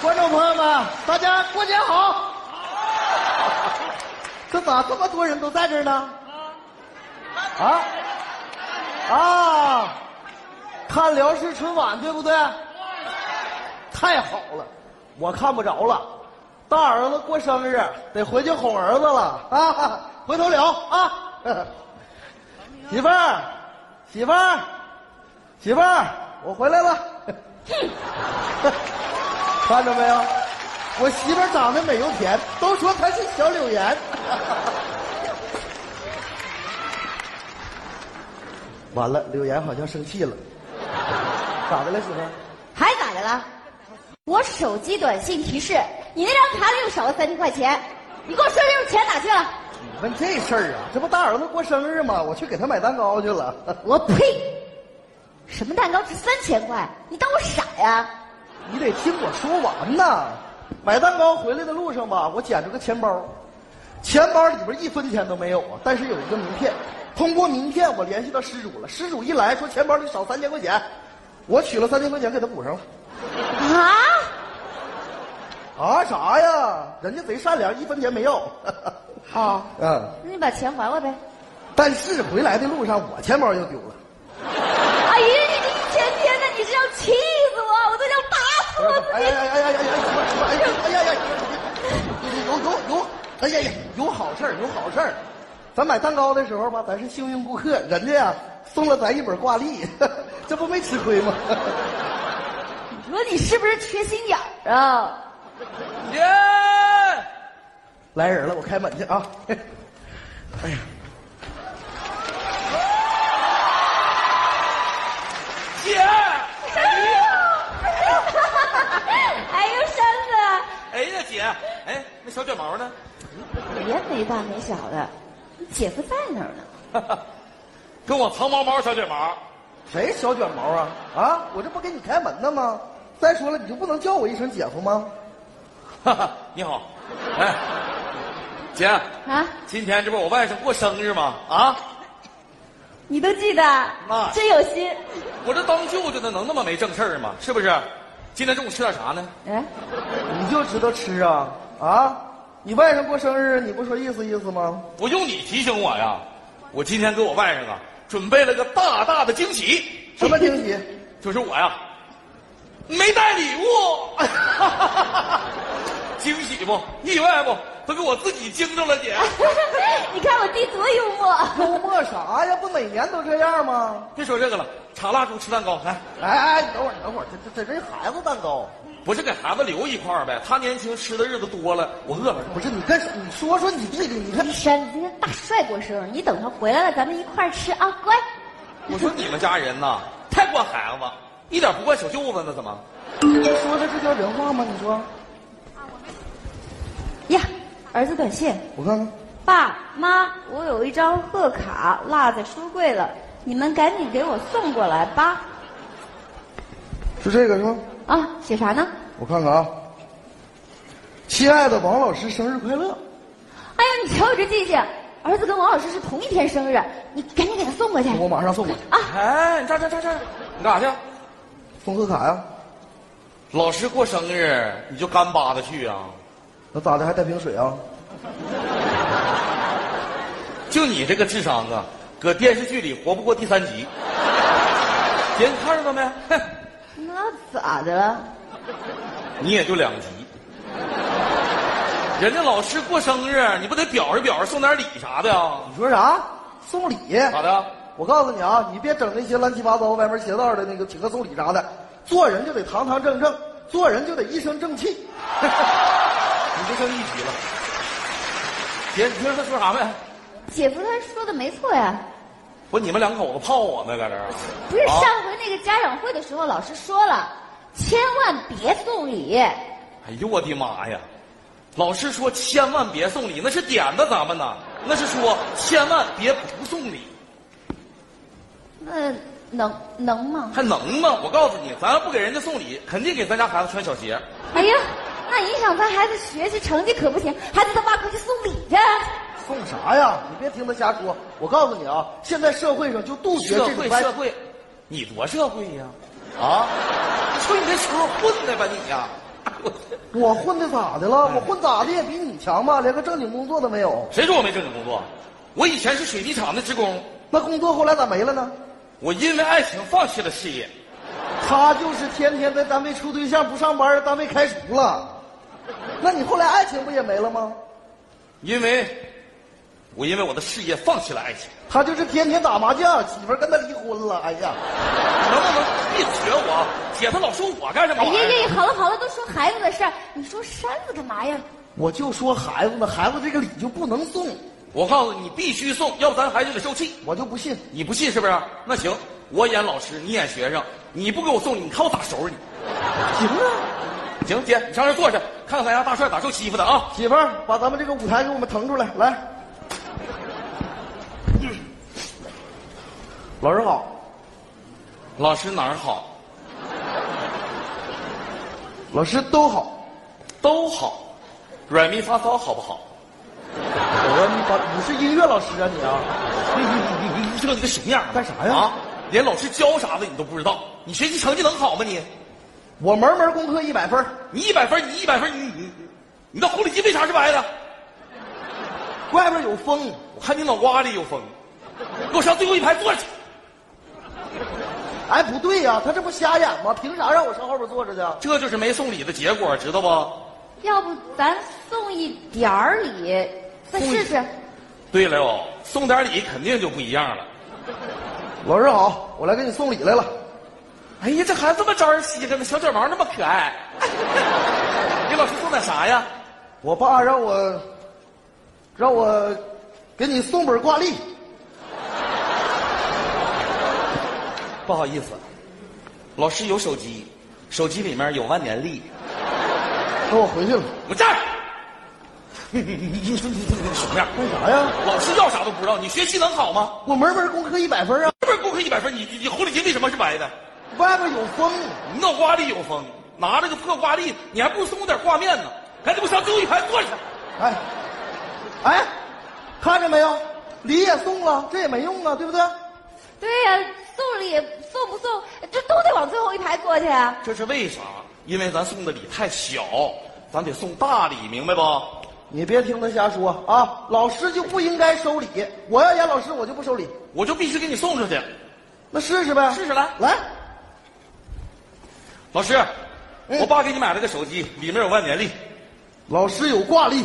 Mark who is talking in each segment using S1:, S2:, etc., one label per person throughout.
S1: 观众朋友们，大家过年好！ 这咋这么多人都在这儿呢？啊啊！看辽视春晚对不对？太好了，我看不着了。大儿子过生日，得回去哄儿子了啊！回头聊啊！ 媳妇儿，媳妇儿，媳妇儿，我回来了。看着没有？我媳妇儿长得美又甜，都说她是小柳岩。 完了，柳岩好像生气了，咋的了，媳妇儿？
S2: 还咋的了？我手机短信提示你那张卡里又少了三千块钱，你给我说这钱哪去了？
S1: 你问这事儿啊？这不大儿子过生日吗？我去给他买蛋糕去了。
S2: 我呸！什么蛋糕值三千块？你当我傻呀？
S1: 你得听我说完呐。买蛋糕回来的路上吧，我捡着个钱包，钱包里边一分钱都没有啊，但是有一个名片。通过名片，我联系到失主了。失主一来说钱包里少三千块钱，我取了三千块钱给他补上了。
S2: 啊？
S1: 啊啥呀？人家贼善良，一分钱没要。
S2: 哦，
S1: 嗯，
S2: 那你把钱还我呗。
S1: 但是回来的路上我钱包又丢了。
S2: 哎呀，你这一天天的，你是要气死我，我都想打死我
S1: 哎呀
S2: 自己。
S1: 呀呀呀呀呀！哎呀哎呀呀！有有有！哎呀呀，有好事儿，有好事儿。咱买蛋糕的时候吧，咱是幸运顾客，人家呀送了咱一本挂历，这不没吃亏吗？
S2: 你说你是不是缺心眼儿啊？
S3: 耶！
S1: 来人了，我开门去啊！哎呀，
S3: 姐，
S2: 哎呦，山
S3: 哎呀姐，哎，那小卷毛呢？
S2: 子，别没大没小的，你姐夫在那儿呢。
S3: 跟我藏猫猫小卷毛，
S1: 谁小卷毛啊？啊，我这不给你开门呢吗？再说了，你就不能叫我一声姐夫吗？
S3: 哈哈，你好，哎，姐，
S2: 啊，
S3: 今天这不我外甥过生日吗？啊，
S2: 你都记得，
S3: 妈
S2: 真有心。
S3: 我这当舅舅的能那么没正事儿吗？是不是？今天中午吃点啥呢？
S2: 哎，
S1: 你就知道吃啊啊！你外甥过生日，你不说意思意思吗？
S3: 不用你提醒我呀，我今天给我外甥啊准备了个大大的惊喜，
S1: 什么惊喜？
S3: 就是我呀没带礼物， 惊喜不？意外不？都给我自己惊着了，姐。
S2: 你看我弟多幽默。
S1: 幽默啥呀？不每年都这样吗？
S3: 别说这个了，插蜡烛吃蛋糕来，
S1: 哎哎，你等会儿，你等会儿，这这这人孩子蛋糕，
S3: 不是给孩子留一块儿呗？他年轻吃的日子多了，我饿了。
S1: 不是你干啥？你说说你弟弟，你看
S2: 一山，今天大帅过生日，你等他回来了，咱们一块儿吃啊，乖。
S3: 我说你们家人呐，太惯孩子，一点不惯小舅子呢，怎么？
S1: 你说的这叫人话吗？你说，
S2: 呀，儿子短信，
S1: 我看看，
S2: 爸妈，我有一张贺卡落在书柜了，你们赶紧给我送过来吧。
S1: 是这个是吧？
S2: 啊，写啥呢？
S1: 我看看啊，亲爱的王老师，生日快乐！
S2: 哎呀，你瞧我这记性，儿子跟王老师是同一天生日，你赶紧给他送过去。
S1: 我马上送过去，
S3: 哎，你站站站站，你干啥去？
S1: 送贺卡呀、
S3: 老师过生日你就干巴的去啊？
S1: 那咋的还带瓶水啊？
S3: 就你这个智商啊，搁电视剧里活不过第三集。 姐，你看着他没？哼
S2: 那咋的了？
S3: 你也就两集。人家老师过生日，你不得表示表示，送点礼啥的呀？
S1: 你说啥？送礼？
S3: 咋的？
S1: 我告诉你啊，你别整那些乱七八糟、歪门邪道的那个请客送礼啥的，做人就得堂堂正正，做人就得一身正气。
S3: 你就剩一集了。姐，你听着他说啥没？
S2: 姐夫他说的没错呀，
S3: 不，你们两口子泡我呢，搁这儿。
S2: 不是
S3: 啊
S2: 上回那个家长会的时候，老师说了，千万别送礼。
S3: 哎呦我的妈呀！老师说千万别送礼，那是点的咱们呐，那是说千万别不送礼，
S2: 那能能吗？
S3: 还能吗？我告诉你，咱要不给人家送礼，肯定给咱家孩子穿小鞋。
S2: 哎呀，那影响咱孩子学习成绩可不行，孩子他爸快去送礼去。
S1: 送啥呀？你别听他瞎说。我告诉你啊，现在社会上就杜绝
S3: 社
S1: 这种
S3: 会
S1: 歪
S3: 社会，你多社会呀、啊？你说你这时候混的吧你呀、
S1: 我混的咋的了？我混咋的也比你强吧？连个正经工作都没有，
S3: 谁说我没正经工作？我以前是水泥厂的职工，
S1: 那工作后来咋没了呢？
S3: 我因为爱情放弃了事业。
S1: 他就是天天在单位处对象，不上班，单位开除了。那你后来爱情不也没了吗？
S3: 因为，我因为我的事业放弃了爱情，
S1: 他就是天天打麻将，媳妇儿跟他离婚了。哎呀，
S3: 能不能别学我？姐她老说我干什么
S2: 哎
S3: 玩意
S2: 呀
S3: 儿？
S2: 呀，好了好了，都说孩子的事儿，你说扇子干嘛呀？
S1: 我就说孩子呢，孩子这个礼就不能送，
S3: 我告诉你，你必须送，要不咱孩子得受气。
S1: 我就不信。
S3: 你不信是不是？那行，我演老师，你演学生，你不给我送礼，你看我咋收拾你？
S1: 行啊，
S3: 行，姐，你上这儿坐着，看看咱家大帅咋受欺负的啊！
S1: 媳妇儿，把咱们这个舞台给我们腾出来，来。老师好，
S3: 老师哪儿好？
S1: 老师都好。
S3: 都好，软咪发骚好不好？
S1: 我说你把你是音乐老师啊你啊？
S3: 你哎你你你这个什么样啊？
S1: 干啥呀
S3: 啊，连老师教啥的你都不知道，你学习成绩能好吗你？
S1: 我门门功课一百分儿，
S3: 你一百分，你一百分，你你你你那红领巾为啥是白的？
S1: 外边有风，
S3: 我看你脑瓜里有风，给我上最后一排坐去。
S1: 哎，不对呀、他这不瞎演吗？凭啥让我上后边坐着去啊？
S3: 这就是没送礼的结果，知道不？
S2: 要不咱送一点儿礼，再试试。
S3: 对了哟，送点礼肯定就不一样了。
S1: 老师好，我来给你送礼来了。
S3: 哎呀，这孩子这么招人稀罕呢，小卷毛那么可爱。 给老师送点啥呀？
S1: 我爸让我，让我给你送本挂历。
S3: 不好意思，老师有手机，手机里面有万年历。
S1: 那我回去了。
S3: 我站着。你你你你你你什么样？
S1: 干啥哎呀？
S3: 老师要啥都不知道，你学习能好吗？
S1: 我门门功课一百分啊，
S3: 这不是功课一百分，你你你红领巾为什么是白的？
S1: 外边有风，
S3: 你脑瓜里有风，拿着个破挂历，你还不如送我点挂面呢。赶紧给我上最后一排坐下。
S1: 哎，哎，看见没有？礼也送了，这也没用啊，对不对？
S2: 对呀、送礼送不送，这都得往最后一排坐去啊。
S3: 这是为啥？因为咱送的礼太小，咱得送大礼，明白不？
S1: 你别听他瞎说啊！老师就不应该收礼，我要演老师，我就不收礼。
S3: 我就必须给你送出去。
S1: 那试试呗，
S3: 试试来
S1: 来，
S3: 老师，我爸给你买了个手机，里面有万年历。
S1: 老师有挂历，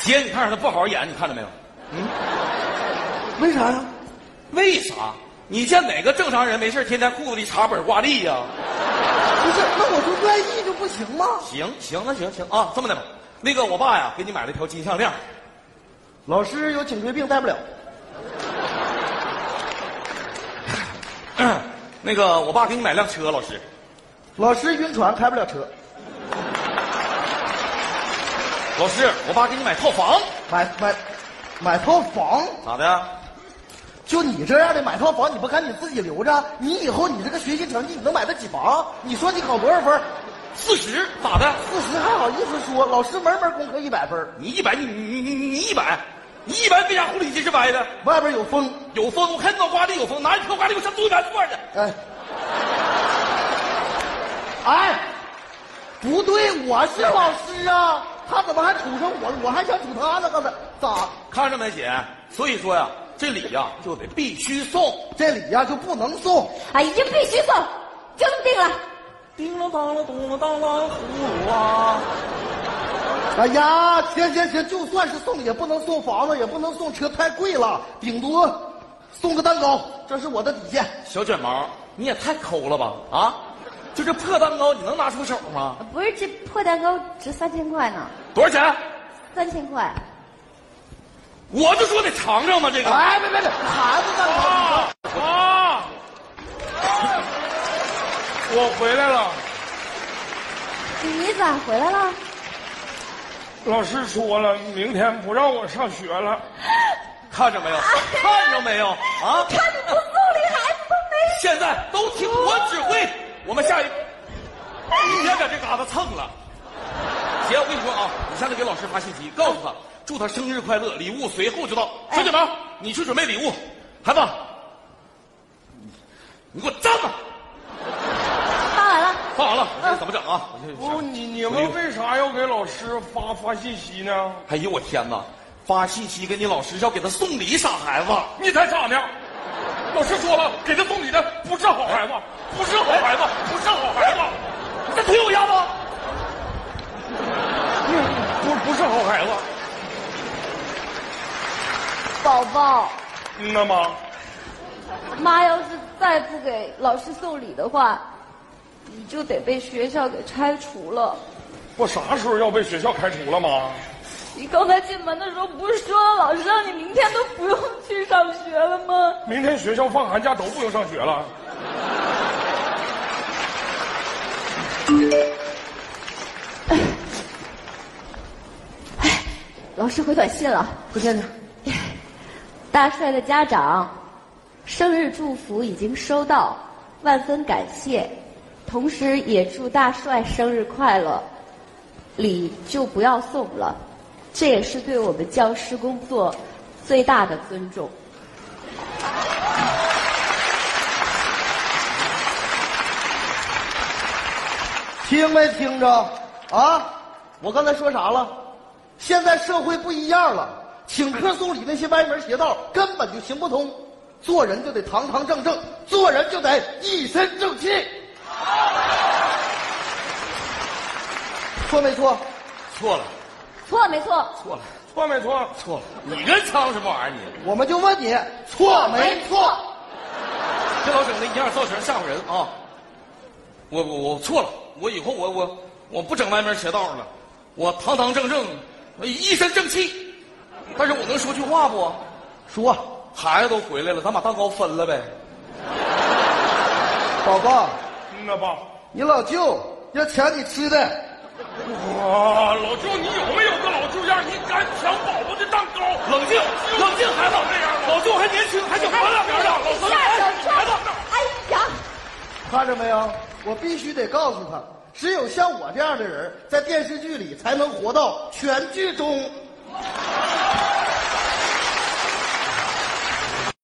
S3: 姐，你看着他不好好演，你看着没有？
S1: 为啥呀？
S3: 为啥？你见哪个正常人没事天天裤子里插本挂历呀、
S1: 不是，那我就愿意就不行吗？
S3: 行行，那行行啊，这么的吧，那个我爸呀，给你买了一条金项链，
S1: 老师有颈椎病，戴不了。
S3: 那个我爸给你买辆车，老师，
S1: 老师晕船，开不了车。
S3: 老师，我爸给你买套房，
S1: 买买买套房，
S3: 咋的？
S1: 就你这样的买套房，你不赶紧自己留着？你以后你这个学习成绩，你能买得起房？你说你考多少分？
S3: 四十，咋的？
S1: 四十还好意思说？老师门门功课一百分，
S3: 你一百，你你你你一百，你一百为啥红领巾是白的？
S1: 外边有风。
S3: 有风，我看你脑瓜里有风，拿一条瓜里给我上最后一排坐着。
S1: 哎，哎，不对，我是老师啊，他怎么还杵上我？我还想杵他呢，刚才咋？
S3: 看着没，姐？所以说呀，这礼呀就得必须送。
S1: 这礼呀、就不能送。
S2: 哎呀，必须送，就这么定了。
S3: 叮了当了，咚了啊当啷，葫芦娃。
S1: 哎呀，行行行，就算是送，也不能送房子，也不能送车，太贵了，顶多送个蛋糕，这是我的底线。
S3: 小卷毛，你也太抠了吧？啊，就这破蛋糕，你能拿出手吗？
S2: 不是这破蛋糕值三千块呢，
S3: 多少钱？
S2: 三千块。
S3: 我就说得尝尝嘛，这个。
S2: 啊
S1: 哎，别别别，孩子蛋糕，
S3: 啊啊！我回来了，
S2: 你咋回来了？
S4: 老师说了，明天不让我上学了。
S3: 看着没有？看着没有？啊！
S2: 看你不送礼，孩子都没
S3: 现在都听我指挥，我们下一，你别搁这嘎达蹭了。姐，我跟你说啊，你下次给老师发信息，告诉
S2: 嗯
S3: 他
S2: 哎
S3: 祝他生日快乐，礼物随后就到。小卷毛，你去准备礼物。孩子，你给我站吧！
S2: 发完了，
S3: 放完了，我看怎么整啊？我先
S4: 不，哦你你
S3: 我
S4: 们为啥要给老师发发信息呢？
S3: 哎呦我天哪！发信息给你老师是要给他送礼，傻孩子，你才傻呢！老师说了，给他送礼的不是好孩子，不是好孩子，不是好孩子，你再推我一下子！
S4: 不不是好孩子，
S2: 宝宝，
S4: 嗯呐妈，
S2: 妈要是再不给老师送礼的话，你就得被学校给拆除了。
S4: 我啥时候要被学校开除了妈？
S2: 你刚才进门的时候不是说老师让你明天都不用去上学了吗？
S4: 明天学校放寒假都不用上学了。
S2: 老师回短信了，
S1: 不见得。
S2: 大帅的家长，生日祝福已经收到，万分感谢，同时也祝大帅生日快乐。礼就不要送了，这也是对我们教师工作最大的尊重。
S1: 听没听着啊？我刚才说啥了？现在社会不一样了，请客送礼那些歪门邪道根本就行不通。做人就得堂堂正正，做人就得一身正气。错没错？
S3: 错了，
S2: 错没错？
S3: 错了，
S4: 错没错？
S3: 错了！你跟唱什么玩意儿？啊你
S1: 我们就问你错没错？
S3: 这老整的一样造型吓唬人啊！我我我错了，我以后我我我不整歪门邪道了，我堂堂正正，一身正气。但是我能说句话不？
S1: 说，
S3: 孩子都回来了，咱把蛋糕分了呗。
S1: 宝宝，
S4: 嗯呐爸，
S1: 你老舅要抢你吃的。
S4: 哇，啊老舅你有没有个老舅样？你敢抢宝宝的蛋糕？
S3: 冷静，冷静，孩子，
S4: 这样吗
S3: 老舅还年轻，还想活两年呢。老
S2: 下
S3: 孙，
S2: 手
S3: 孩子，
S2: 哎呀，
S1: 看着没有？我必须得告诉他，只有像我这样的人，在电视剧里才能活到全剧终。